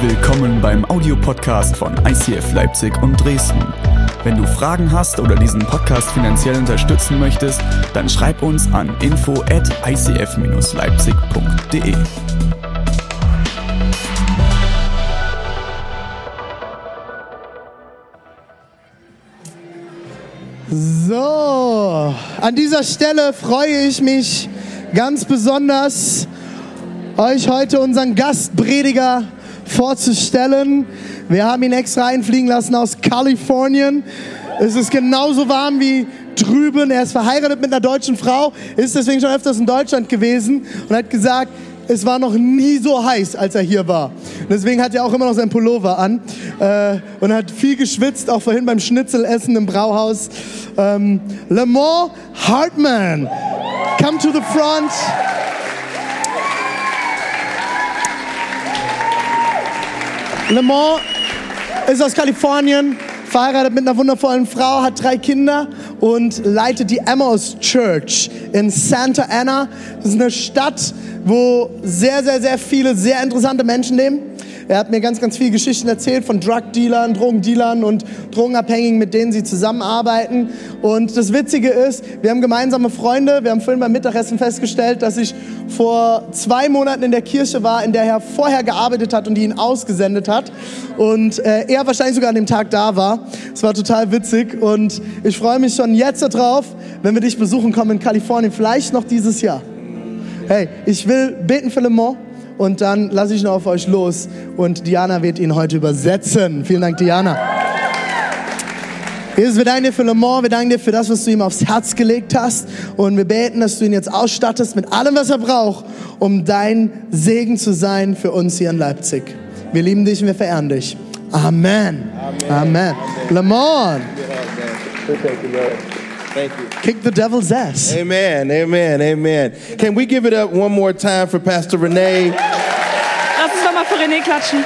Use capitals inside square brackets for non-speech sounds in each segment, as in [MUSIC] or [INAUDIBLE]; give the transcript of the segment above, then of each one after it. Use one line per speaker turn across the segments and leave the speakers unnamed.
willkommen beim Audiopodcast von ICF Leipzig und Dresden. Wenn du Fragen hast oder diesen Podcast finanziell unterstützen möchtest, dann schreib uns an info at icf-leipzig.de.
So, an dieser Stelle freue ich mich ganz besonders, euch heute unseren Gastprediger vorzustellen. Wir haben ihn extra einfliegen lassen aus Kalifornien. Es ist genauso warm wie drüben. Er ist verheiratet mit einer deutschen Frau, ist deswegen schon öfters in Deutschland gewesen und hat gesagt, es war noch nie so heiß, als er hier war. Und deswegen hat er auch immer noch seinen Pullover an äh, und hat viel geschwitzt, auch vorhin beim Schnitzelessen im Brauhaus. Ähm, Lamont Hartman, come to the front. Lamont ist aus Kalifornien, verheiratet mit einer wundervollen Frau, hat drei Kinder und leitet die Emmaus Church in Santa Ana. Das ist eine Stadt, wo sehr, sehr, sehr viele sehr interessante Menschen leben. Er hat mir ganz, ganz viele Geschichten erzählt von Drug-Dealern, Drogendealern und Drogenabhängigen, mit denen sie zusammenarbeiten. Und das Witzige ist, wir haben gemeinsame Freunde. Wir haben vorhin beim Mittagessen festgestellt, dass ich vor zwei Monaten in der Kirche war, in der er vorher gearbeitet hat und die ihn ausgesendet hat. Und äh, er wahrscheinlich sogar an dem Tag da war. Es war total witzig. Und ich freue mich schon jetzt darauf, wenn wir dich besuchen kommen in Kalifornien, vielleicht noch dieses Jahr. Hey, ich will beten für Le Mans und dann lasse ich noch auf euch los und Diana wird ihn heute übersetzen. Vielen Dank, Diana. Jesus, wir danken dir für Le Mans, wir danken dir für das, was du ihm aufs Herz gelegt hast und wir beten, dass du ihn jetzt ausstattest mit allem, was er braucht, um dein Segen zu sein für uns hier in Leipzig. Wir lieben dich und wir verehren dich. Amen. Amen. Amen. Le Mans,
Thank you, Lord. Thank you.
kick the devil's ass.
Amen, amen, amen. Can we give it up one more time for Pastor Renee?
Lass uns doch mal für René klatschen.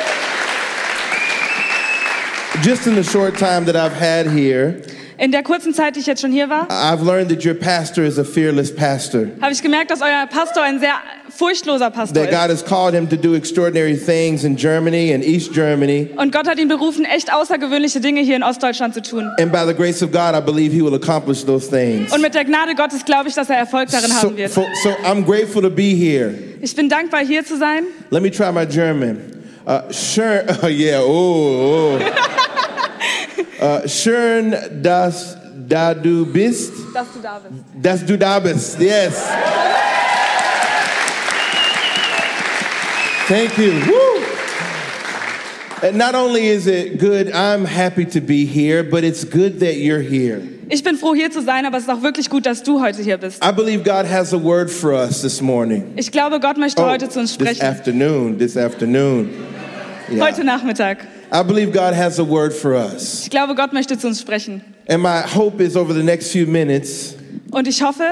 Just in the short time that I've had here,
In der kurzen Zeit, die ich jetzt schon hier war,
I've learned that your pastor is a fearless pastor,
habe ich gemerkt, dass euer Pastor ein sehr furchtloser Pastor
that
ist.
God has called him to do extraordinary things in Germany and East Germany.
Und Gott hat ihn berufen, echt außergewöhnliche Dinge hier in Ostdeutschland zu tun.
And by the grace of God, I believe he will accomplish those things.
Und mit der Gnade Gottes glaube ich, dass er Erfolg darin haben
So,
wird.
so, so I'm grateful to be here.
Ich bin dankbar, hier zu sein.
Let me try my German. Uh, schön, [LAUGHS] oh yeah, oh, oh. Uh, schön, dass da du bist.
Dass du da bist.
Das du da bist. Yes. Thank you. Woo. And not only is it good, I'm happy to be here, but it's good that you're here.
Ich bin froh, hier zu sein, aber es ist auch wirklich gut, dass du heute hier bist.
I believe God has a word for us this morning.
Ich glaube, Gott möchte
Oh,
heute zu uns
this
sprechen.
afternoon, this afternoon. Yeah.
Heute Nachmittag.
I believe God has a word for us.
Ich glaube, Gott möchte zu uns sprechen.
And my hope is over the next few minutes
Und ich hoffe,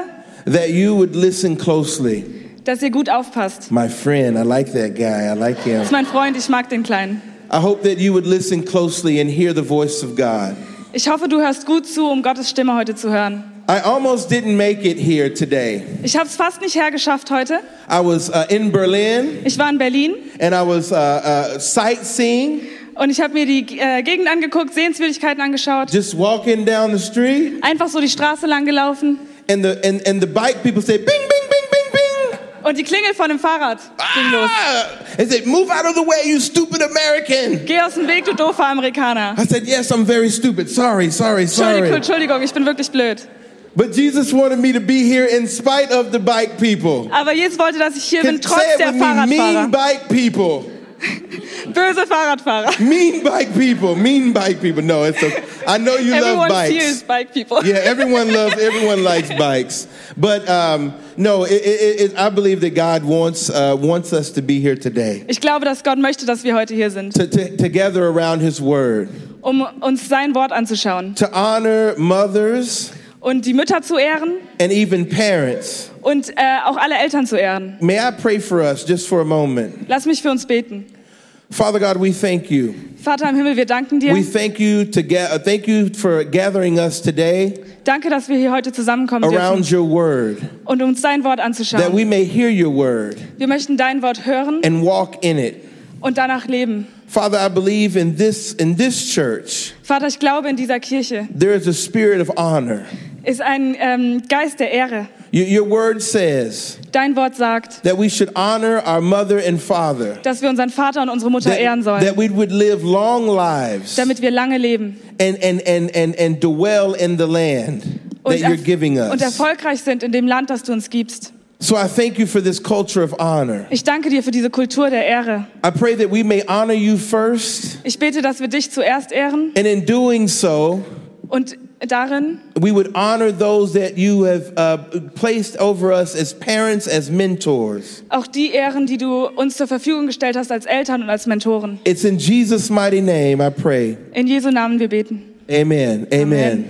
that you would listen closely.
dass ihr gut aufpasst.
My friend, I like that guy. I like him.
Das ist mein Freund, ich mag den Kleinen.
I hope that you would listen closely and hear the voice of God.
Ich hoffe, du hörst gut zu, um Gottes Stimme heute zu hören.
I almost didn't make it here today.
Ich habe es fast nicht hergeschafft heute.
I was uh, in Berlin
Ich war in Berlin
and I was uh, uh, sightseeing,
und ich habe mir die äh, Gegend angeguckt, Sehenswürdigkeiten angeschaut,
just walking down the street,
einfach so die Straße lang gelaufen
and the and, and the bike people said, "Bing, bing, bing, bing, bing."
und die Klingel von dem Fahrrad ging los.
Ah! They said, "Move out of the way, you stupid American."
Geh aus dem Weg, du doofer Amerikaner.
I said, "Yes, I'm very stupid. Sorry, sorry,
Entschuldigung,
sorry."
Entschuldigung, ich bin wirklich blöd.
But Jesus wanted me to be here in spite of the bike people.
Aber Jesus wollte, dass ich hier bin,
say
trotz
it
der
with me, mean
Fahrradfahrer.
bike people.
Böse Fahrradfahrer.
Mean bike people, mean bike people. No, it's okay. I know you love
Everyone
bikes.
fears bike people.
Yeah, everyone loves, everyone likes bikes. But um, no, it, it, it, I believe that God wants uh, wants us to be here today,
Ich glaube, dass Gott möchte, dass wir heute hier sind,
to, to, to gather around His Word,
um uns sein Wort anzuschauen
to honor mothers
und die Mütter zu ehren
and even parents.
und äh, auch alle Eltern zu ehren.
May I pray for us just for a moment,
Lass mich für uns beten.
Father God? We thank you.
Vater im Himmel, wir danken dir.
We thank you to ga- uh, thank you for gathering us today
Danke, dass wir hier heute zusammenkommen dürfen
around Your Word,
und uns dein Wort
that
anzuschauen.
we may hear Your Word
Wir möchten dein Wort hören
and walk in it.
und danach leben.
Father, I believe in this in this church
Vater, ich glaube, in dieser Kirche
there is a spirit of honor.
ist ein ähm, Geist der Ehre.
Y- your word says
Dein Wort sagt,
that we should honor our mother and father.
dass wir unseren Vater und unsere Mutter ehren
That, that
sollen,
we would live long lives and,
damit wir lange leben
and, and, and, and dwell in the land
und,
that you're
erf-
giving us.
und erfolgreich sind in dem Land, das du uns gibst.
So I thank you for this culture of honor.
Ich danke dir für diese Kultur der Ehre.
I pray that we may honor you first,
Ich bete, dass wir dich zuerst ehren
and in doing so,
und darin,
we would honor those that you have uh, placed over us as parents, as mentors.
auch die Ehren, die du uns zur Verfügung gestellt hast als Eltern und als Mentoren.
It's in Jesus' mighty name I pray.
In Jesu Namen wir beten.
Amen. Amen.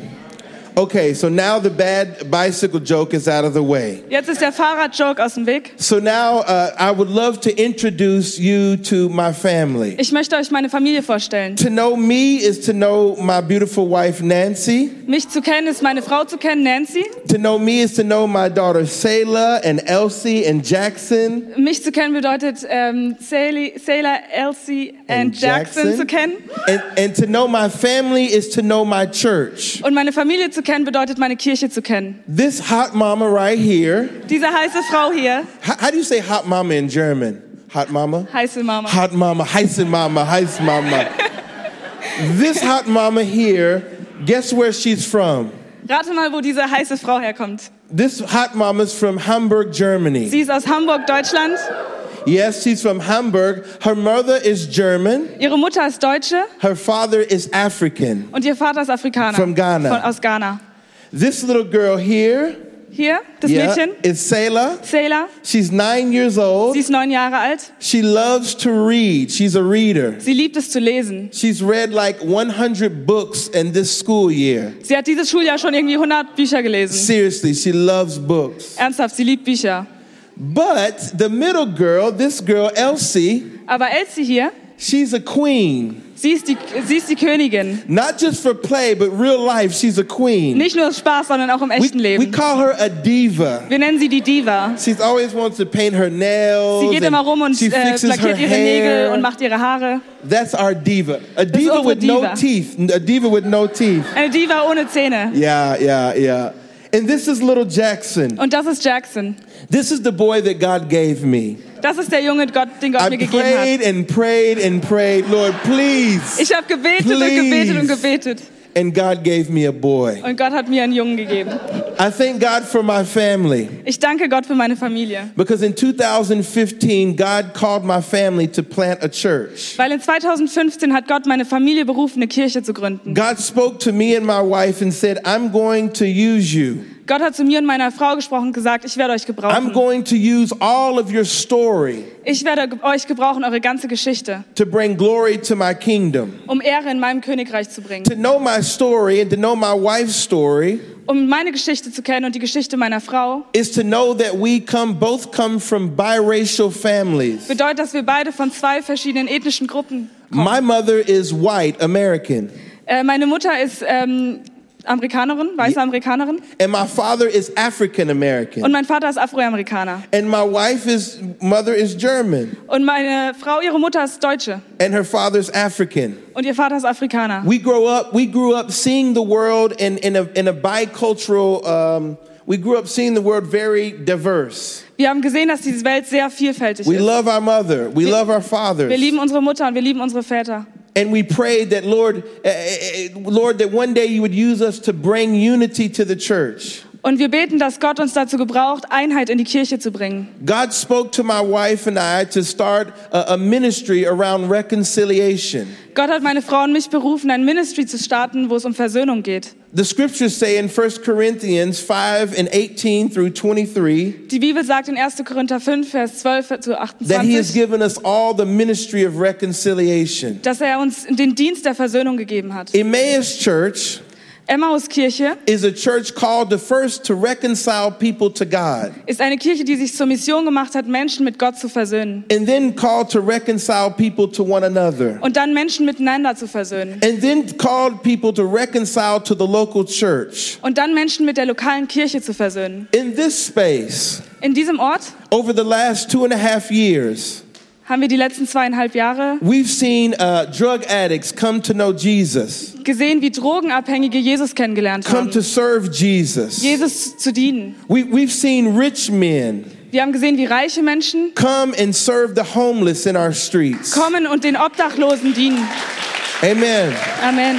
Okay, so now the bad bicycle joke is out of the way.
Jetzt ist der Fahrradjoke aus dem Weg.
So now uh, I would love to introduce you to my family.
Ich möchte euch meine Familie vorstellen.
To know me is to know my beautiful wife, Nancy.
Mich zu kennen ist meine Frau zu kennen, Nancy.
To know me is to know my daughter, Selah, and Elsie, and Jackson.
Mich zu kennen bedeutet ähm, Sally, Sailor, Elsie
and
und Jackson,
Jackson.
zu kennen.
And, and to know my family is to know my church.
Und meine Familie zu kennen bedeutet meine Kirche zu kennen.
This hot mama right here.
Diese heiße Frau hier,
How, how do you say hot mama in German? Hot mama?
heiße Mama.
Hot mama, heißen mama, heiß mama. this hot mama here, guess where she's from?
Rate mal, wo diese heiße Frau herkommt.
This hot mama's from Hamburg, Germany.
Sie ist aus Hamburg, Deutschland.
Yes, she's from Hamburg. Her mother is German.
Ihre Mutter ist Deutsche
Her father is African.
und ihr Vater ist Afrikaner.
From Ghana.
Von, aus Ghana.
This little girl here
Hier, das
yeah,
Mädchen,
is Selah.
Sailor.
She's nine years old.
Sie ist neun Jahre alt.
She loves to read. She's a reader.
Sie liebt es zu lesen.
She's read like 100 books in this school year.
Sie hat dieses Schuljahr schon irgendwie 100 Bücher gelesen.
Seriously, she loves books.
Ernsthaft, sie liebt Bücher.
But the middle girl, this girl, Elsie,
Aber Elsie hier,
she's a queen.
sie ist die, sie ist die Königin.
Not just for play, but real life, she's a queen.
Nicht nur aus Spaß, sondern auch im
We,
echten
we
Leben.
call her a diva.
Wir nennen sie die Diva.
She's always wants to paint her nails.
Sie geht immer
and
rum und
Oh, she
äh,
fixes her
lackiert ihre
hair.
Nägel und macht ihre Haare.
That's our diva. A diva
unsere
with no
diva.
teeth. A diva with no teeth.
Eine Diva ohne Zähne.
Yeah, yeah, yeah. And this is little Jackson.
Und das ist Jackson.
This is the boy that God gave me.
Das ist der Junge, Gott, den Gott
I
mir gegeben
prayed
hat.
and prayed and prayed, Lord, please.
Ich habe gebetet und gebetet und gebetet.
And God gave me a boy.
Und Gott hat mir einen Jungen gegeben.
I thank God for my family
Ich danke Gott für meine Familie.
because in 2015, God called my family to plant a church.
Weil in 2015 hat Gott meine Familie berufen, eine Kirche zu gründen.
God spoke to me and my wife and said, I'm going to use you.
Gott hat zu mir und meiner Frau gesprochen und gesagt, ich werde euch
I'm
gebrauchen.
going to use all of your story
Ich werde ge- euch gebrauchen, eure ganze Geschichte,
to bring glory to my kingdom.
um Ehre in meinem Königreich zu bringen.
To know my story and to know my wife's story,
Um meine Geschichte zu kennen und die Geschichte meiner Frau,
is to know that we come both come from biracial families.
bedeutet, dass wir beide von zwei verschiedenen ethnischen Gruppen
My mother is white American
Äh, meine Mutter ist ähm, Amerikanerin, weiße Amerikanerin.
and my father is African
Und
American
mein Vater ist Afroamerikaner.
and my wife is mother is German
Und meine Frau, ihre Mutter ist Deutsche.
and her father's African.
Und ihr Vater ist Afrikaner.
We grow up we grew up seeing the world in in a in a bicultural um we grew up seeing the world very diverse.
Wir haben gesehen, dass diese Welt sehr vielfältig
We
ist.
love our mother. We love our fathers.
Wir lieben unsere Mutter und wir lieben unsere Väter.
And we prayed that, Lord, eh, eh, eh, Lord, that one day you would use us to bring unity to the church.
Und wir beten, dass Gott uns dazu gebraucht, Einheit in die Kirche zu bringen.
God spoke to my wife and I to start a, a ministry around reconciliation.
Gott hat meine Frau und mich berufen, ein Ministry zu starten, wo es um Versöhnung geht.
The scriptures say in 1 Corinthians 5 and 18 through 23
Die Bibel sagt in 1. Korinther 5, Vers 12 zu
that He has
28,
given us all the ministry of reconciliation.
dass er uns den Dienst der Versöhnung gegeben hat.
Emmaus Church
Emmauskirche
is a church called to first to reconcile people to God
ist eine Kirche, die sich zur Mission gemacht hat, Menschen mit Gott zu versöhnen
and then called to reconcile people to one another.
und dann Menschen miteinander zu versöhnen
And then called people to reconcile to the local church.
und dann Menschen mit der lokalen Kirche zu versöhnen.
In this space,
In diesem Ort
over the last two and a half years,
haben wir die letzten zweieinhalb Jahre
We've seen uh, drug addicts come to know Jesus,
gesehen, wie Drogenabhängige Jesus kennengelernt
come
haben.
to serve Jesus.
Jesus zu dienen.
We, we've seen rich men
Wir haben gesehen, wie reiche Menschen
come and serve the homeless in our streets.
kommen und den Obdachlosen dienen.
Amen.
Amen.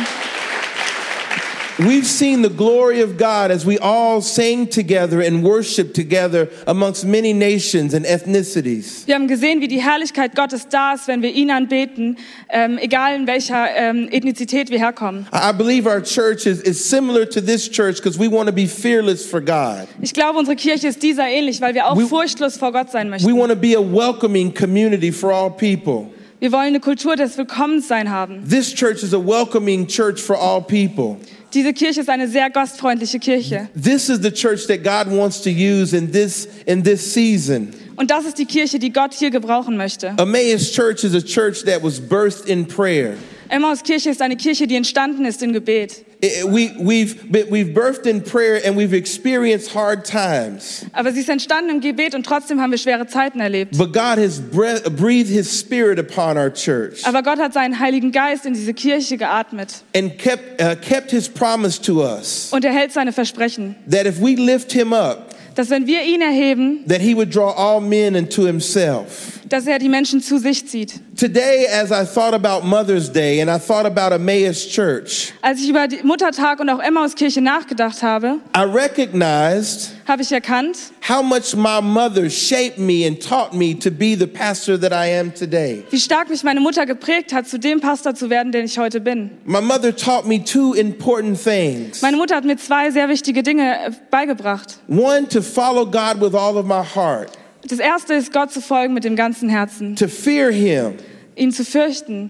We've seen the glory of God as we all sang together and worship together amongst many nations and ethnicities.
Wir haben gesehen, wie die Herrlichkeit Gottes da ist, wenn wir ihn anbeten, ähm, egal in welcher ähm, Ethnizität wir herkommen.
I I believe our church is, is similar to this church because we want to be fearless for God.
Ich glaube, unsere Kirche ist dieser ähnlich, weil wir auch
We-
furchtlos vor Gott sein möchten.
We want to be a welcoming community for all people.
Wir wollen eine Kultur des Willkommenssein haben.
This church is a welcoming church for all people.
Diese Kirche ist eine sehr gastfreundliche Kirche.
This is the church that God wants to use in this in this season.
Und das ist die Kirche, die Gott hier gebrauchen möchte.
Emmaus Church is a church that was birthed in prayer.
Emmaus Kirche ist eine Kirche, die entstanden ist im Gebet.
It- it- we, we've, been- we've birthed in prayer and we've experienced hard times,
Aber sie ist entstanden im Gebet und trotzdem haben wir schwere Zeiten erlebt.
but God has breath, breathed His Spirit upon our church
Aber Gott hat seinen Heiligen Geist in diese Kirche geatmet
and kept, uh, kept His promise to us
und er hält seine Versprechen,
that if we lift Him up,
dass wenn wir ihn erheben,
that He would draw all men into Himself.
dass er die Menschen zu sich zieht.
Today, as I thought about Mother's Day and I thought about Emmaus Church,
Als ich über die Muttertag und auch Emmaus Kirche nachgedacht habe,
I recognized
habe ich erkannt,
how much my mother shaped me and taught me to be the pastor that I am today.
wie stark mich meine Mutter geprägt hat, zu dem Pastor zu werden, den ich heute bin.
My mother taught me two important things.
Meine Mutter hat mir zwei sehr wichtige Dinge äh, beigebracht.
One, to follow God with all of my heart,
Das erste ist, Gott zu folgen mit dem ganzen Herzen,
to fear Him
ihn zu fürchten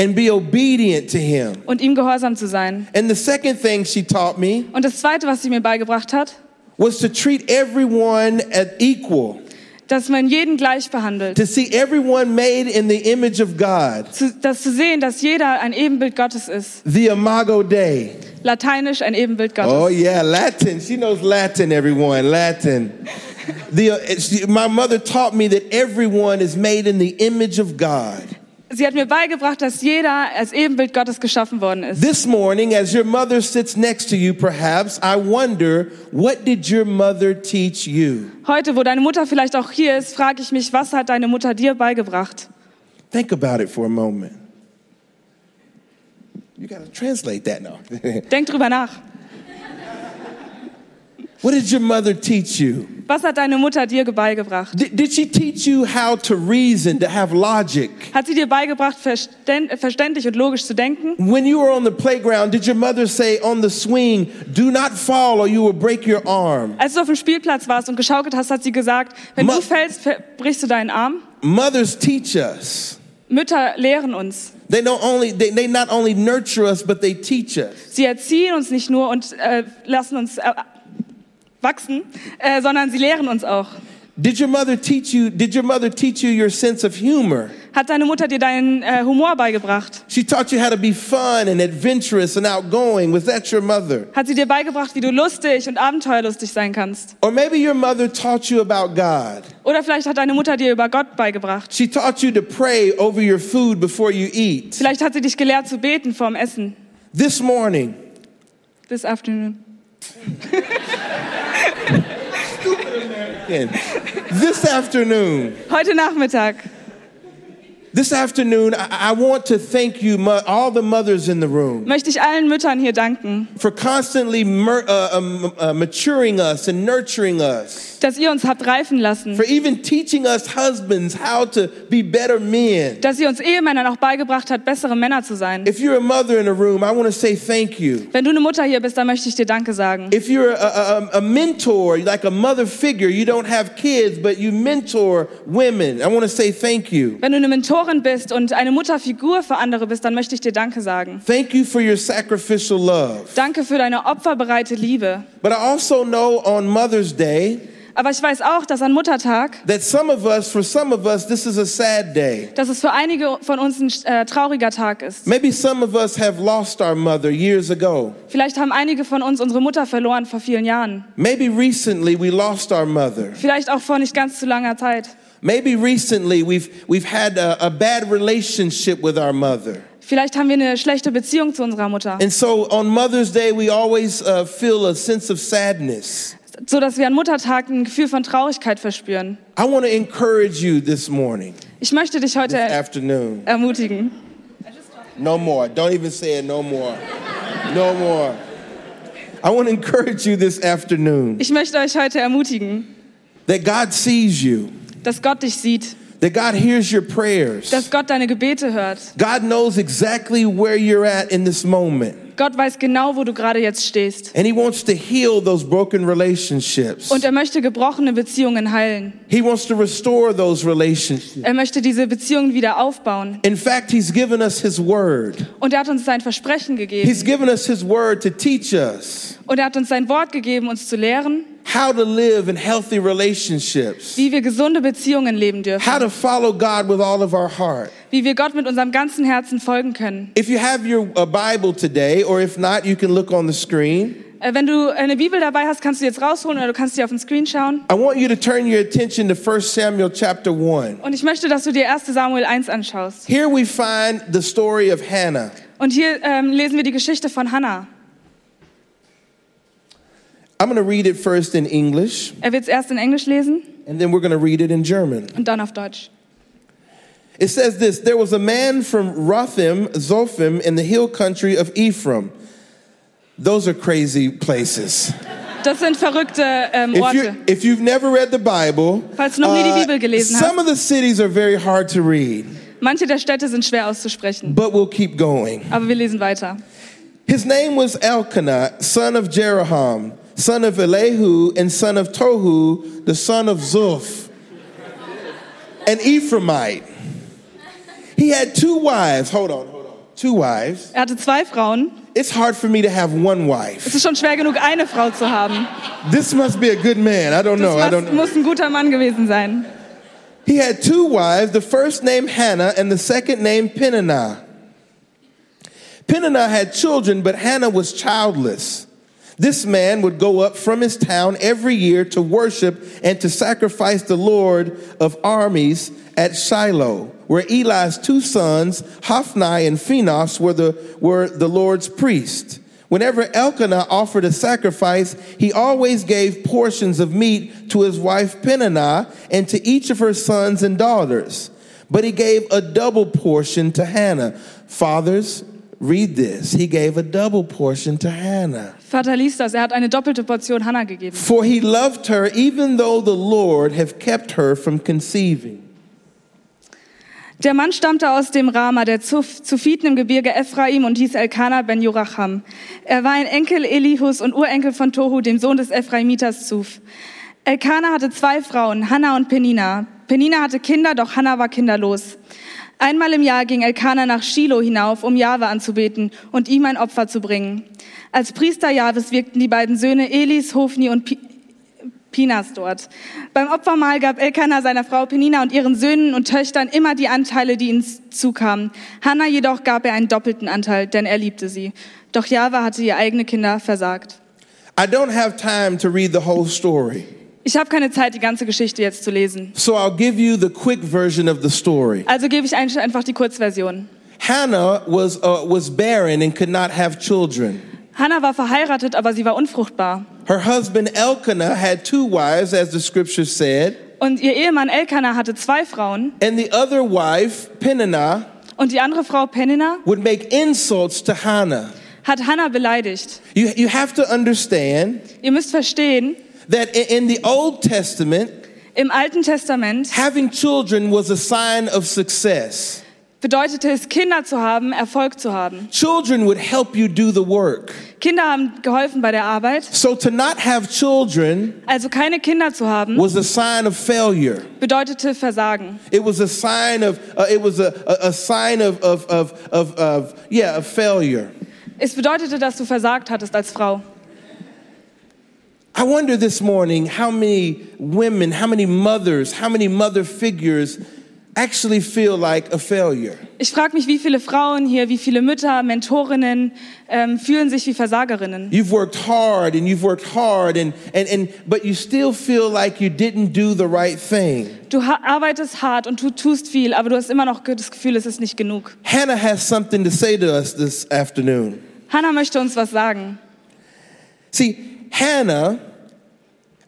and be obedient to Him.
und ihm gehorsam zu sein.
And the second thing she taught me
Und das zweite, was sie mir beigebracht hat,
was to treat everyone as equal,
dass man jeden gleich behandelt.
to see everyone made in the image of God,
Zu, das zu sehen, dass jeder ein Ebenbild Gottes ist.
the Imago Dei.
Lateinisch ein Ebenbild Gottes.
Oh yeah, Latin. She knows Latin, everyone. Latin. The, uh, it's- my mother taught me that everyone is made in the image of God.
Sie hat mir beigebracht, dass jeder als Ebenbild Gottes geschaffen worden ist.
This morning, as your mother sits next to you, perhaps I wonder what did your mother teach you?
Heute, wo deine Mutter vielleicht auch hier ist, frage ich mich, was hat deine Mutter dir beigebracht?
Think about it for a moment. You gotta translate that now.
Denk drüber nach.
[LAUGHS] what did your mother teach you?
Was hat deine Mutter dir beigebracht?
Did, did she teach you how to reason, to have logic?
Hat sie dir beigebracht, verständ, äh, verständlich und logisch zu denken?
When you were on the playground, did your mother say on the swing, do not fall or you will break your arm?
Als du auf dem Spielplatz warst und geschaukelt hast, hat sie gesagt, wenn
Ma-
du fällst, ver- brichst du deinen Arm.
Mothers teach us.
Mütter lehren uns.
They don't only they, they not only nurture us, but they teach us.
Sie erziehen uns nicht nur und äh, lassen uns äh, wachsen, äh, sondern sie lehren uns auch.
Did your mother teach you did your mother teach you your sense of humor?
Hat deine Mutter dir deinen äh, Humor beigebracht?
She taught you how to be fun and adventurous and outgoing. Was that your mother?
Hat sie dir beigebracht, wie du lustig und abenteuerlustig sein kannst?
Or maybe your mother taught you about God.
Oder vielleicht hat deine Mutter dir über Gott beigebracht.
She taught you to pray over your food before you eat.
Vielleicht hat sie dich gelehrt zu beten vorm Essen.
This morning,
This afternoon.
again, this afternoon,
Heute Nachmittag.
This afternoon, I, I want to thank you, mo- all the mothers in the room,
möchte ich allen Müttern hier danken,
for constantly mer- uh, um, uh, maturing us and nurturing us,
dass ihr uns habt reifen lassen,
for even teaching us husbands how to be better men.
dass ihr uns Ehemännern auch beigebracht hat, bessere Männer zu sein.
If you're a mother in the room, I want to say thank you.
Wenn du eine Mutter hier bist, dann möchte ich dir Danke sagen.
If you're a, a, a mentor, like a mother figure, you don't have kids, but you mentor women, I want to say thank you.
Wenn du eine Mentorin bist und eine Mutterfigur für andere bist, dann möchte ich dir Danke sagen.
Thank you for your sacrificial love.
Danke für deine opferbereite Liebe.
But I also know on Mother's Day,
Aber ich weiß auch, dass an Muttertag,
that some of us, for some of us, this is a sad day.
dass es für einige von uns ein äh, trauriger Tag ist.
Maybe some of us have lost our mother years ago.
Vielleicht haben einige von uns unsere Mutter verloren vor vielen Jahren.
Maybe recently we lost our mother.
Vielleicht auch vor nicht ganz zu langer Zeit.
Maybe recently we've, we've had a, a bad relationship with our mother.
Vielleicht haben wir eine schlechte Beziehung zu unserer Mutter,
And so on Mother's Day, we always uh, feel a sense of sadness.
so dass wir an Muttertag ein Gefühl von Traurigkeit verspüren.
I want to encourage you this morning,
Ich möchte dich heute
afternoon.
ermutigen.
No more. Don't even say it. No more. No more. I want to encourage you this afternoon
Ich möchte euch heute ermutigen,
that God sees you,
dass Gott dich sieht,
that God hears your prayers.
dass Gott deine Gebete hört.
God knows exactly where you're at in this moment,
Gott weiß genau, wo du gerade jetzt stehst.
and He wants to heal those broken relationships.
Und er möchte gebrochene Beziehungen heilen.
He wants to restore those relationships.
Er möchte diese Beziehungen wieder aufbauen.
In fact, He's given us His Word.
Und er hat uns sein Versprechen gegeben.
He's given us His Word to teach us
Und er hat uns sein Wort gegeben, uns zu lehren,
how to live in healthy relationships,
wie wir gesunde Beziehungen leben dürfen,
how to follow God with all of our heart.
wie wir Gott mit unserem ganzen Herzen folgen können.
If you have your uh, Bible today, or if not, you can look on the screen.
Äh, Wenn du eine Bibel dabei hast, kannst du jetzt rausholen oder du kannst dir auf den Screen schauen.
I want you to turn your attention to 1 Samuel chapter 1.
Und ich möchte, dass du dir 1 Samuel 1 anschaust.
Here we find the story of Hannah.
Und hier ähm, lesen wir die Geschichte von Hannah.
I'm going to read it first in English,
Er wird es erst in Englisch lesen
and then we're going to read it in German.
und dann auf Deutsch.
It says this There was a man from Rothim, Zophim, in the hill country of Ephraim. Those are crazy places.
Das sind verrückte ähm,
If, you,
Orte.
if you've never read the Bible, uh,
Falls du noch nie die Bibel gelesen
some of the cities are very hard to read,
Manche der Städte sind schwer auszusprechen,
but we'll keep going.
aber wir lesen weiter.
His name was Elkanah, son of Jeroham, son of Elihu, and son of Tohu, the son of Zoph, an Ephraimite. He had two wives. Hold on, hold on. Two wives.
Er hatte zwei Frauen.
It's hard for me to have one
Es
wife.
ist schon schwer genug, eine Frau zu haben.
This must be a good man. I don't know. I
Das
don't
muss, muss ein guter Mann gewesen sein.
He had two wives, the first named Hannah and the second named Peninnah. Peninnah had children, but Hannah was childless. This man would go up from his town every year to worship and to sacrifice the Lord of armies at Shiloh, where Eli's two sons, Hophni and Phinehas, were the, were the Lord's priests. Whenever Elkanah offered a sacrifice, he always gave portions of meat to his wife Peninnah and to each of her sons and daughters. But he gave a double portion to Hannah. Fathers, read this. He gave a double portion to Hannah.
Vater liest das, er hat eine doppelte Portion Hannah gegeben.
For he loved her, even though the Lord have kept her from conceiving.
Der Mann stammte aus dem Rama, der Zuf- Zufiten im Gebirge Ephraim und hieß Elkanah ben Joracham. Er war ein Enkel Elihus und Urenkel von Tohu, dem Sohn des Ephraimiters Zuf. Elkanah hatte zwei Frauen, Hannah und Penina. Penina hatte Kinder, doch Hannah war kinderlos. Einmal im Jahr ging Elkanah nach Shiloh hinauf, um Jahwe anzubeten und ihm ein Opfer zu bringen. Als Priester Jahwes wirkten die beiden Söhne Elis, Hofni und Pi Pinas dort. Beim Opfermahl gab Elkanah seiner Frau Penina und ihren Söhnen und Töchtern immer die Anteile, die ihnen zukamen. Hannah jedoch gab er einen doppelten Anteil, denn er liebte sie. Doch Jahwe hatte ihr eigene Kinder versagt.
I don't have time to read the whole story,
Ich habe keine Zeit, die ganze Geschichte jetzt zu lesen.
so I'll give you the quick version of the story.
Also gebe ich ein- einfach die Kurzversion.
Hannah was, uh, was barren and could not have children.
Hannah war verheiratet, aber sie war unfruchtbar.
Her husband Elkanah had two wives, as the scripture said,
Und ihr Ehemann Elkanah hatte zwei Frauen
and the other wife, Peninnah,
und die andere Frau Penina
would make insults to Hannah.
hat Hannah beleidigt.
You, you have to understand
Ihr müsst verstehen,
that i- in the Old Testament,
im Alten Testament
Having children was a sign of success.
bedeutete es, Kinder zu haben, Erfolg zu haben.
Children would help you do the work.
Kinder haben geholfen bei der Arbeit.
So to not have children
Also keine Kinder zu haben,
was a sign of failure.
bedeutete Versagen.
It was a sign of, uh, it was a, a, a sign of, of, of, of, of, yeah, of failure.
Es bedeutete, dass du versagt hattest als Frau.
I wonder this morning how many women, how many mothers, how many mother figures actually feel like a failure.
Ich frage mich, wie viele Frauen hier, wie viele Mütter, Mentorinnen ähm, fühlen sich wie Versagerinnen.
You've worked hard and you've worked hard and, and, and but you still feel like you didn't do the right thing.
Du ha- arbeitest hart und du tust viel, aber du hast immer noch das Gefühl, es ist nicht genug.
Hannah has something to say to us this afternoon.
Hannah möchte uns was sagen.
See, Hannah,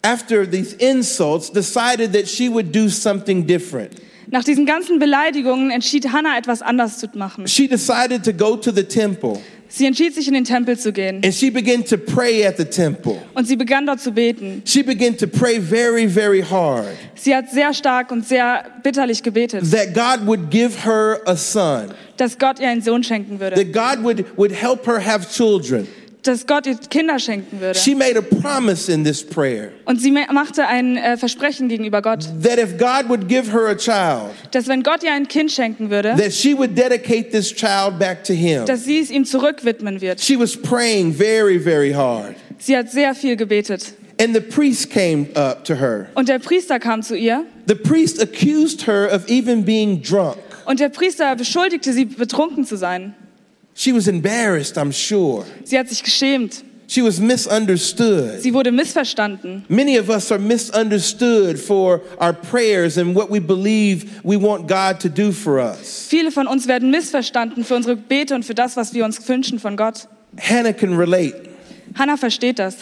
after these insults, decided that she would do something different.
Nach diesen ganzen Beleidigungen entschied Hannah, etwas anders zu machen.
She decided to go to the temple
Sie entschied sich, in den Tempel zu gehen.
and she began to pray at the temple.
Und sie begann dort zu beten.
She began to pray very, very hard
Sie hat sehr stark und sehr bitterlich gebetet,
that God would give her a son,
dass Gott ihr einen Sohn schenken würde,
that God would, would help her have children.
dass Gott ihr Kinder schenken würde.
She made a promise in this prayer
Und sie ma- machte ein äh, Versprechen gegenüber Gott,
that if God would give her a child,
dass wenn Gott ihr ein Kind schenken würde,
that she would dedicate this child back to him.
dass sie es ihm zurückwidmen wird.
She was praying very, very hard.
Sie hat sehr viel gebetet.
And the priest came up to her.
Und der Priester kam zu ihr
The priest accused her of even being drunk.
und der Priester beschuldigte sie, betrunken zu sein.
She was embarrassed, I'm sure.
Sie hat sich geschämt.
She was misunderstood.
Sie wurde missverstanden.
Many of us are misunderstood for our prayers and what we believe we want God to do for us.
Viele von uns werden missverstanden für unsere Gebete und für das, was wir uns wünschen von Gott.
Hannah can relate.
Hannah versteht das.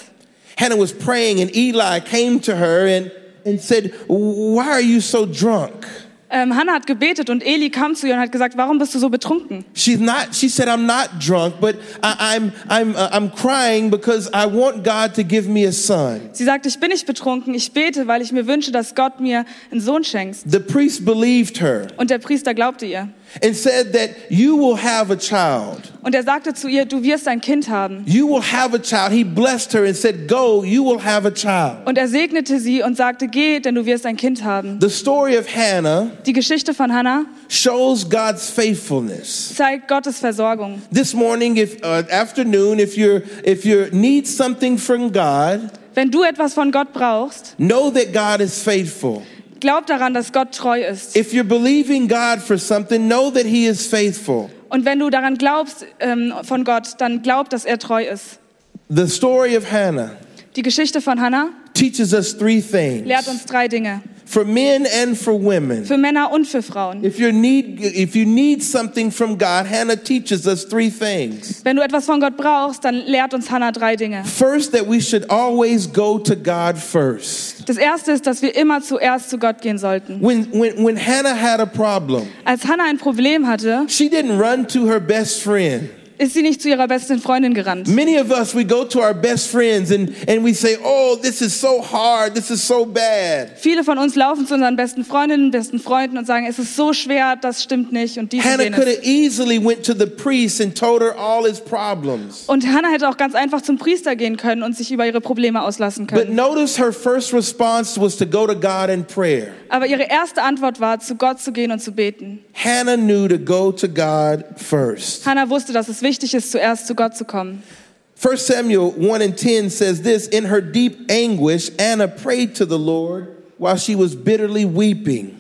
Hannah was praying, and Eli came to her and, and said, Why are you so drunk?
Ähm, Hannah hat gebetet und Eli kam zu ihr und hat gesagt, warum bist du so betrunken?
She's not, she said, I'm not drunk, but I, I'm, I'm, uh, I'm crying because I want God to give me a son.
Sie sagt, ich bin nicht betrunken, ich bete, weil ich mir wünsche, dass Gott mir einen Sohn schenkt.
The priest believed her
Und der Priester glaubte ihr.
and said that you will have a child.
Und er sagte zu ihr, du wirst ein Kind haben.
You will have a child. He blessed her and said, Go, you will have a child.
Und er segnete sie und sagte, geh, denn du wirst ein Kind haben.
The story of Hannah
Die Geschichte von Hannah
shows God's faithfulness.
zeigt Gottes Versorgung.
This morning, if uh, afternoon, if you're if you need something from God,
Wenn du etwas von Gott brauchst,
know that God is faithful.
glaub daran, dass Gott treu ist.
If you're believing God for something, know that He is faithful.
Und wenn du daran glaubst ähm, von Gott, dann glaub, dass er treu ist.
The story of Hannah
Die Geschichte von Hannah
teaches us three things
lehrt uns drei Dinge.
for men and for women.
Für Männer und für Frauen.
If you need if you need something from God, Hannah teaches us three things.
Wenn du etwas von Gott brauchst, dann lehrt uns Hannah drei Dinge.
First, that we should always go to God first.
Das erste ist, dass wir immer zuerst zu Gott gehen sollten.
When, when, when Hannah had a problem,
Als Hannah ein Problem hatte,
she didn't run to her best friend.
ist sie nicht zu ihrer besten Freundin gerannt.
Many of us, we go to our best friends and, and we say, Oh, this is so hard. This is so bad.
Viele von uns laufen zu unseren besten Freundinnen, besten Freunden und sagen, es ist so schwer, das stimmt nicht und dies und
Hannah could
jenes.
have easily went to the priest and told her all his problems.
Und Hannah hätte auch ganz einfach zum Priester gehen können und sich über ihre Probleme auslassen
But
können.
notice her first response was to go to God in prayer.
Aber ihre erste Antwort war, zu Gott zu gehen und zu beten.
Hannah knew to go to God first.
Hannah wusste, dass es wichtig ist, zuerst zu Gott zu kommen.
1 Samuel 1 and 10 says this In her deep anguish, Anna prayed to the Lord while she was bitterly weeping.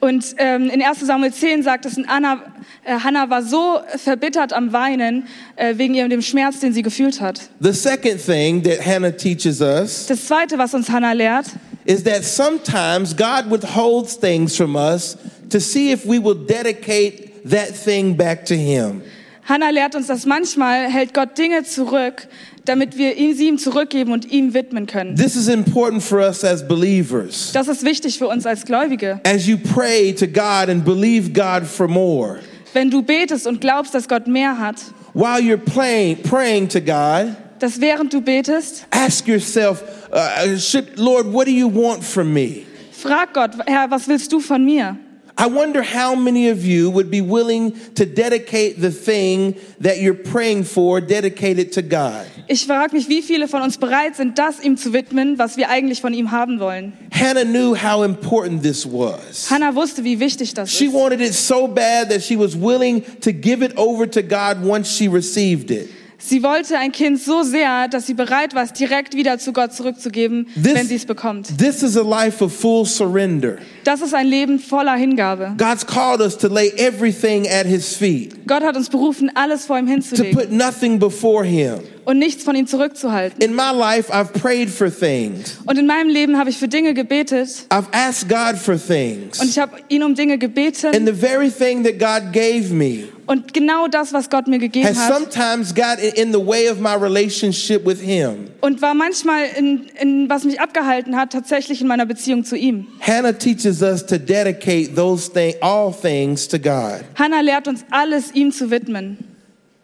Und ähm, in 1 Samuel 10 sagt es, Anna, äh, Hannah war so verbittert am Weinen äh, wegen ihrem dem Schmerz, den sie gefühlt hat.
The second thing that Hannah teaches us
Das Zweite, was uns Hannah lehrt,
is that sometimes God withholds things from us to see if we will dedicate that thing back to Him.
Hannah lehrt uns, dass manchmal hält Gott Dinge zurück, damit wir ihn, sie ihm zurückgeben und ihm widmen können.
This is important for us as believers.
Das ist wichtig für uns als Gläubige.
As you pray to God and believe God for more,
Wenn du betest und glaubst, dass Gott mehr hat,
while you're playing, praying to God,
dass während du betest,
ask yourself, uh, should, Lord, what do you want from me?
frag Gott, Herr, was willst du von mir?
I wonder how many of you would be willing to dedicate the thing that you're praying for, dedicate it to God.
Ich frage mich, wie viele von uns bereit sind, das ihm zu widmen, was wir eigentlich von ihm haben wollen.
Hannah knew how important this was.
Hannah wusste, wie wichtig das
She
ist.
wanted it so bad that she was willing to give it over to God once she received it.
Sie wollte ein Kind so sehr, dass sie bereit war, es direkt wieder zu Gott zurückzugeben,
This-
wenn sie es bekommt.
This is a life of full surrender.
Das ist ein Leben voller Hingabe.
God's called us to lay everything at His feet,
Gott hat uns berufen, alles vor ihm
to
hinzulegen
put nothing before Him.
und nichts von ihm zurückzuhalten.
In my life, I've prayed for things,
Und in meinem Leben habe ich für Dinge gebetet
I've asked God for things.
und ich habe ihn um Dinge gebeten
And the very thing that God gave me
und genau das, was Gott mir gegeben
has
hat
sometimes got in in the way of my relationship with Him.
und war manchmal in, in was mich abgehalten hat, tatsächlich in meiner Beziehung zu ihm.
Hannah teaches us to dedicate those thing, all things to God.
Hannah lehrt uns alles ihm zu widmen.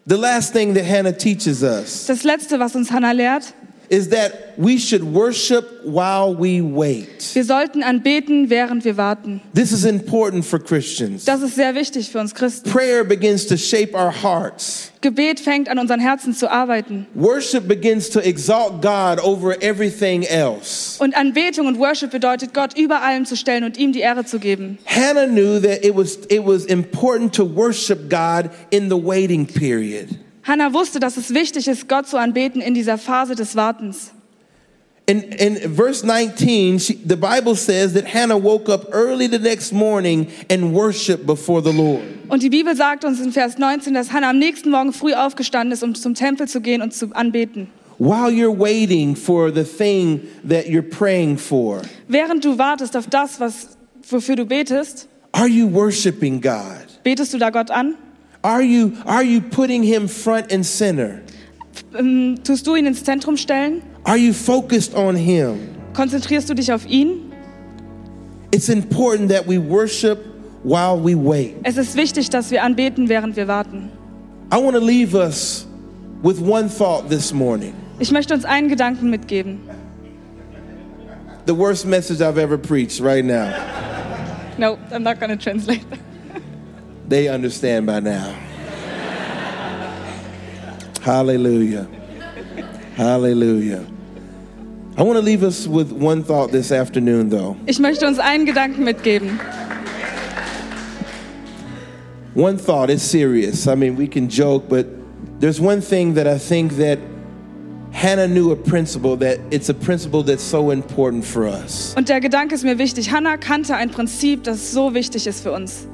The last thing that Hannah teaches us
Das letzte, was uns Hannah lehrt,
is that we should worship while we wait.
wir sollten anbeten, während wir warten.
This is important for Christians.
Das ist sehr wichtig für uns Christen.
Prayer begins to shape our hearts.
Gebet fängt an unseren Herzen zu arbeiten.
Worship begins to exalt God over everything else.
Und Anbetung und Worship bedeutet, Gott über allem zu stellen und ihm die Ehre zu geben.
Hannah knew that it was, it was important to worship God in the waiting period.
Hannah wusste, dass es wichtig ist, Gott zu anbeten in dieser Phase des Wartens.
In, in verse 19, she, the Bible says that Hannah woke up early the next morning and worshiped before the Lord.
Und die Bibel sagt uns in Vers 19, dass Hannah am nächsten Morgen früh aufgestanden ist, um zum Tempel zu gehen und zu anbeten.
While you're waiting for the thing that you're praying for,
Während du wartest auf das, was, wofür du betest,
are you worshiping God?
betest du da Gott an?
Are you, are you putting Him front and center?
Ähm, tust du ihn ins Zentrum stellen?
Are you focused on Him?
Konzentrierst du dich auf ihn?
It's important that we worship while we wait.
Es ist wichtig, dass wir anbeten, während wir warten.
I want to leave us with one thought this morning
Ich möchte uns einen Gedanken mitgeben.
the worst message I've ever preached right now.
No, I'm not gonna translate. that.
They understand by now. [LAUGHS] Hallelujah. Hallelujah. I want to leave us with one thought this afternoon, though.
Ich möchte uns einen Gedanken mitgeben.
One thought is serious. I mean, we can joke, but there's one thing that I think that Hannah knew a principle that it's a principle that's so important for us.
Und der Gedanke ist mir wichtig. Hannah kannte ein Prinzip, das so wichtig ist für uns.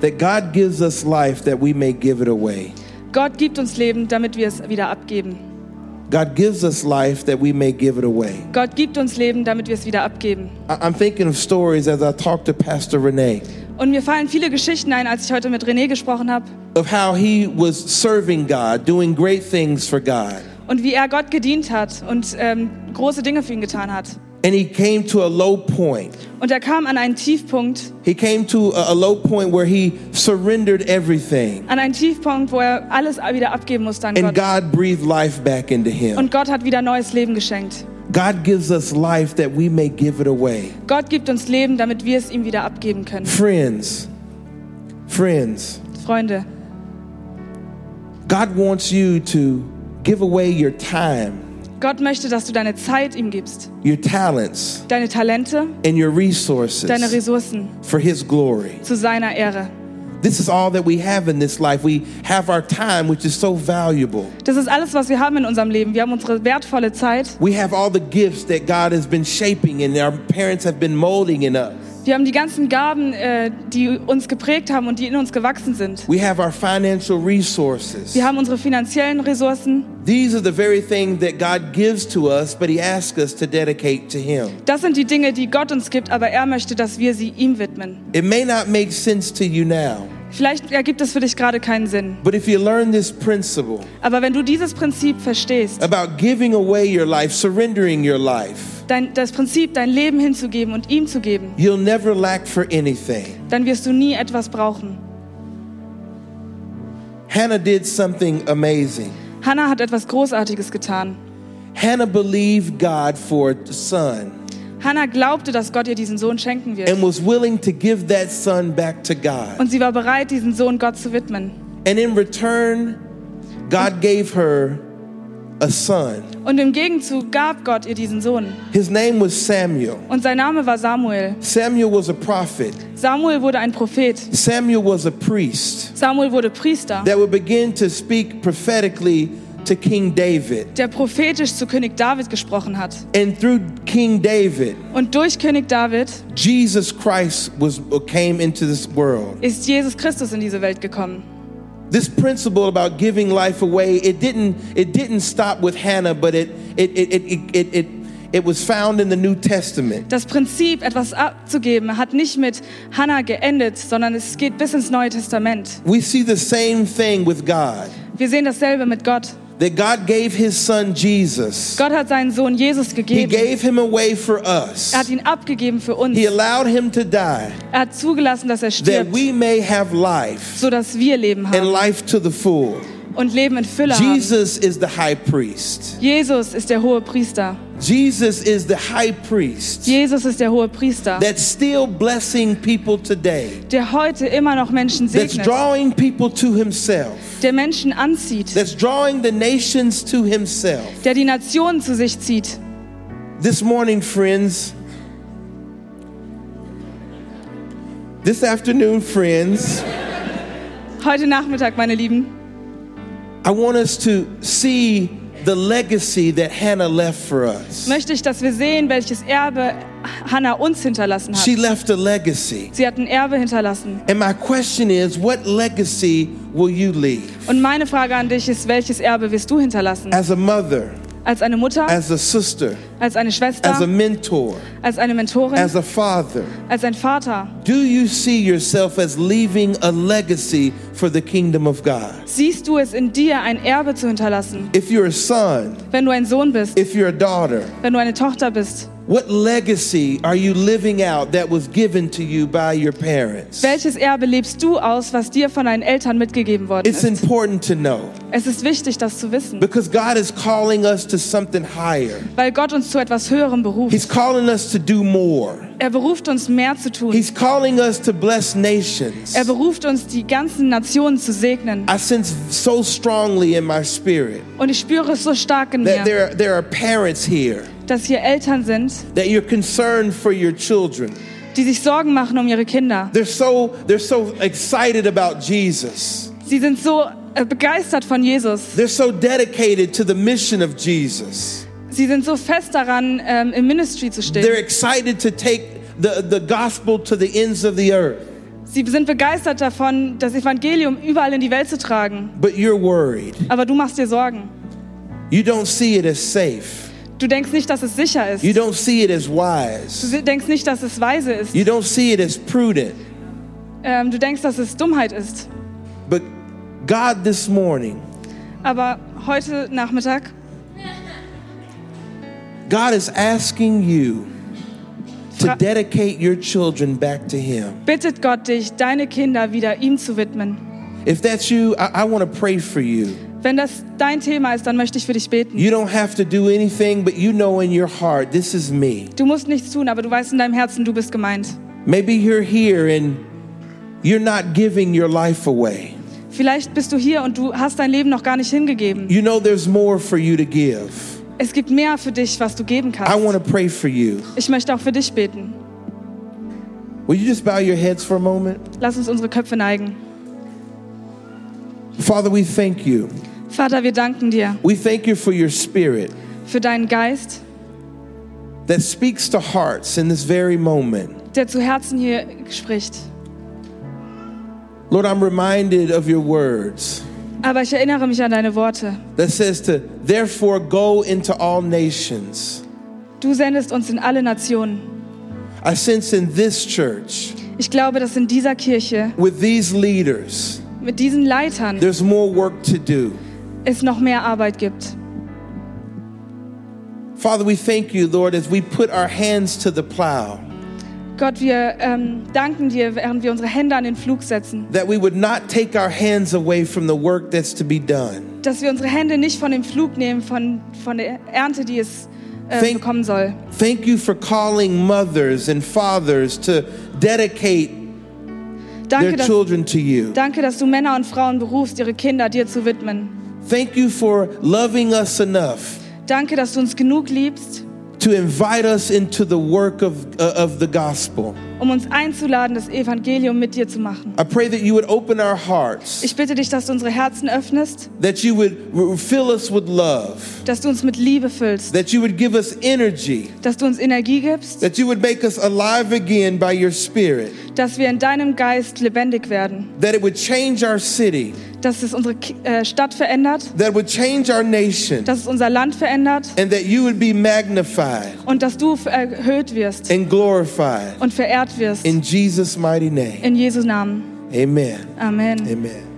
That God gives us life that we may give it away.
Gott gibt uns Leben, damit wir es wieder abgeben.
God gives us life that we may give it away.
Gott gibt uns Leben, damit wir es wieder abgeben.
I- I'm thinking of stories as I talk to Pastor Renee
Und mir fallen viele Geschichten ein, als ich heute mit René gesprochen habe
of how he was serving God, doing great things for God.
und wie er Gott gedient hat und ähm, große Dinge für ihn getan hat.
And he came to a low point.
Und er kam an einen Tiefpunkt,
He came to a a low point where he surrendered everything.
an einen Tiefpunkt, wo er alles wieder abgeben musste an
And
Gott.
God breathed life back into him.
Und Gott hat wieder neues Leben geschenkt.
God gives us life that we may give it away.
Gott gibt uns Leben, damit wir es ihm wieder abgeben können.
Friends, friends,
Freunde,
God wants you to give away your time,
Gott möchte, dass du deine Zeit ihm gibst,
your talents,
deine Talente,
and your resources.
deine Ressourcen
for his glory.
zu seiner Ehre.
This is all that we have in this life. We have our time, which is so valuable.
Das ist alles, was wir haben in unserem Leben. Wir haben unsere wertvolle Zeit.
We have all the gifts that God has been shaping and our parents have been molding in us.
Wir haben die ganzen Gaben, äh, die uns geprägt haben und die in uns gewachsen sind.
We have our financial resources.
Wir haben unsere finanziellen Ressourcen.
These are the very things that God gives to us, but he asks us to dedicate to him.
Das sind die Dinge, die Gott uns gibt, aber er möchte, dass wir sie ihm widmen.
It may not make sense to you now,
Vielleicht ergibt es für dich gerade keinen Sinn.
but if you learn this principle
Aber wenn du dieses Prinzip verstehst,
about giving away your life, surrendering your life,
dein, das Prinzip, dein Leben hinzugeben und ihm zu geben,
you'll never lack for anything.
dann wirst du nie etwas brauchen.
Hannah did something amazing.
Hannah hat etwas Großartiges getan.
Hannah believed God for a son
Hannah glaubte, dass Gott ihr diesen Sohn schenken wird.
and was willing to give that son back to God.
Und sie war bereit, diesen Sohn Gott zu widmen.
And in return, God gave her a son.
Und im Gegenzug gab Gott ihr diesen Sohn.
His name was Samuel.
Und sein Name war Samuel.
Samuel was a prophet.
Samuel wurde ein Prophet.
Samuel was a priest
Samuel wurde Priester,
that would begin to speak prophetically to King David.
der prophetisch zu König David gesprochen hat.
And through King David,
Und durch König David
Jesus Christ was came into this world.
ist Jesus Christus in diese Welt gekommen.
This principle about giving life away, it didn't it didn't stop with Hannah, but it it it it it, it, it was found in the New Testament.
Das Prinzip, etwas abzugeben, hat nicht mit Hannah geendet, sondern es geht bis ins Neue Testament.
We see the same thing with God.
Wir sehen dasselbe mit Gott.
That God gave his son Jesus.
Gott hat seinen Sohn Jesus
He
gegeben.
gave him away for us.
Er hat ihn abgegeben für uns.
He allowed him to die
Er hat zugelassen, dass er
that
stirbt,
we may have life
sodass wir Leben
and
haben
life to the full.
und Leben in Fülle haben.
Jesus is the high priest.
Jesus ist der hohe Priester.
Jesus is the high priest.
Jesus ist der hohe Priester,
that's still blessing people today,
der heute immer noch Menschen
that's
segnet,
drawing people to himself,
der Menschen anzieht,
that's drawing the nations to himself.
der die Nationen zu sich zieht.
This morning, friends, this afternoon, friends,
Heute Nachmittag, meine Lieben,
I want us to see the legacy that Hannah left for us.
möchte ich, dass wir sehen, welches Erbe Hannah uns hinterlassen
She
hat.
left a legacy.
Sie hat ein Erbe hinterlassen.
And my question is, what legacy will you leave
Und meine Frage an dich ist, welches Erbe wirst du hinterlassen?
as a mother,
Als eine Mutter,
as a sister,
als eine
as a
Schwester,
mentor,
als eine Mentorin,
as a father?
als ein Vater?
Do you see yourself as leaving a legacy for the kingdom of God?
Siehst du es in dir, ein Erbe zu hinterlassen?
If you're a son,
Wenn du ein Sohn bist,
if you're a daughter,
wenn du eine Tochter bist,
what legacy are you living out that was given to you by your parents?
welches Erbe lebst du aus, was dir von deinen Eltern mitgegeben worden
It's
ist?
important to know
Es ist wichtig, das zu wissen,
because God is calling us to something higher.
weil Gott uns zu etwas Höherem beruft.
He's calling us to do more.
Er beruft uns, mehr zu tun.
He's calling us to bless nations.
Er beruft uns, die ganzen Nationen zu segnen.
I sense so strongly in my spirit
Und ich spüre es so stark in
that
mir,
there, there are parents here
dass hier Eltern sind,
that you're concerned for your children.
die sich Sorgen machen um ihre Kinder.
They're so they're so excited about Jesus.
Sie sind so äh, begeistert von Jesus.
They're so dedicated to the mission of Jesus.
Sie sind so fest daran, ähm, im Ministry zu
They're
stehen.
excited to take the, the gospel to the ends of the earth.
Sie sind begeistert davon, das Evangelium überall in die Welt zu tragen.
But you're worried.
Aber du machst dir Sorgen.
You don't see it as safe.
Du denkst nicht, dass es sicher ist.
You don't see it as wise.
Du denkst nicht, dass es weise ist.
You don't see it as prudent.
Ähm, du denkst, dass es Dummheit ist.
But God this morning,
Aber heute Nachmittag,
God is asking you to
Fra-
dedicate your children back to Him.
bittet Gott dich, deine Kinder wieder ihm zu widmen.
If that's you, I, I want to pray for you.
Wenn das dein Thema ist, dann möchte ich für dich beten.
You don't have to do anything, but you know in your heart, this is me.
Du musst nichts tun, aber du weißt in deinem Herzen, du bist gemeint.
Maybe you're here and you're not giving your life away.
Vielleicht bist du hier und du hast dein Leben noch gar nicht hingegeben.
You know there's more for you to give.
Es gibt mehr für dich, was du geben
I want
kannst.
to pray for you.
Ich möchte auch für dich beten.
Will you just bow your heads for a moment?
Lass uns unsere Köpfe neigen.
Father, we thank you.
Vater, wir danken dir
We thank you for your spirit
für deinen Geist,
that speaks to hearts in this very moment.
der zu Herzen hier spricht.
Lord, I'm reminded of your words
Aber ich erinnere mich an deine Worte.
that says to therefore go into all nations.
Du sendest uns in alle Nationen.
I sense in this church
Ich glaube, dass in dieser Kirche
with these leaders
mit diesen Leitern
There's more work to do.
es noch mehr Arbeit gibt.
Father, we thank you, Lord, as we put our hands to the plow,
Gott, wir ähm, danken dir, während wir unsere Hände an den Flug setzen,
that we would not take our hands away from the work that's to be done.
dass wir unsere Hände nicht von dem Flug nehmen, von, von der Ernte, die es äh,
Thank-
bekommen soll.
Thank you for calling mothers and fathers to dedicate
Danke
their
dass,
children to you.
danke, dass du Männer und Frauen berufst, ihre Kinder dir zu widmen.
Thank you for loving us enough
Danke, dass du uns genug liebst,
to invite us into the work of, uh, of the gospel.
um uns einzuladen, das Evangelium mit dir zu machen.
I pray that you would open our hearts,
Ich bitte dich, dass du unsere Herzen öffnest,
that you would r- fill us with love,
dass du uns mit Liebe füllst,
that you would give us energy,
dass du uns Energie gibst,
that you would make us alive again by your spirit,
dass wir in deinem Geist lebendig werden,
that it would change our city,
dass es unsere Ki- äh, Stadt verändert,
that it would change our nation,
dass es unser Land verändert
and that you would be magnified
und dass du erhöht wirst
and glorified
und verehrt wirst.
in Jesus' mighty name.
In Jesu Namen.
Amen.
Amen.
Amen.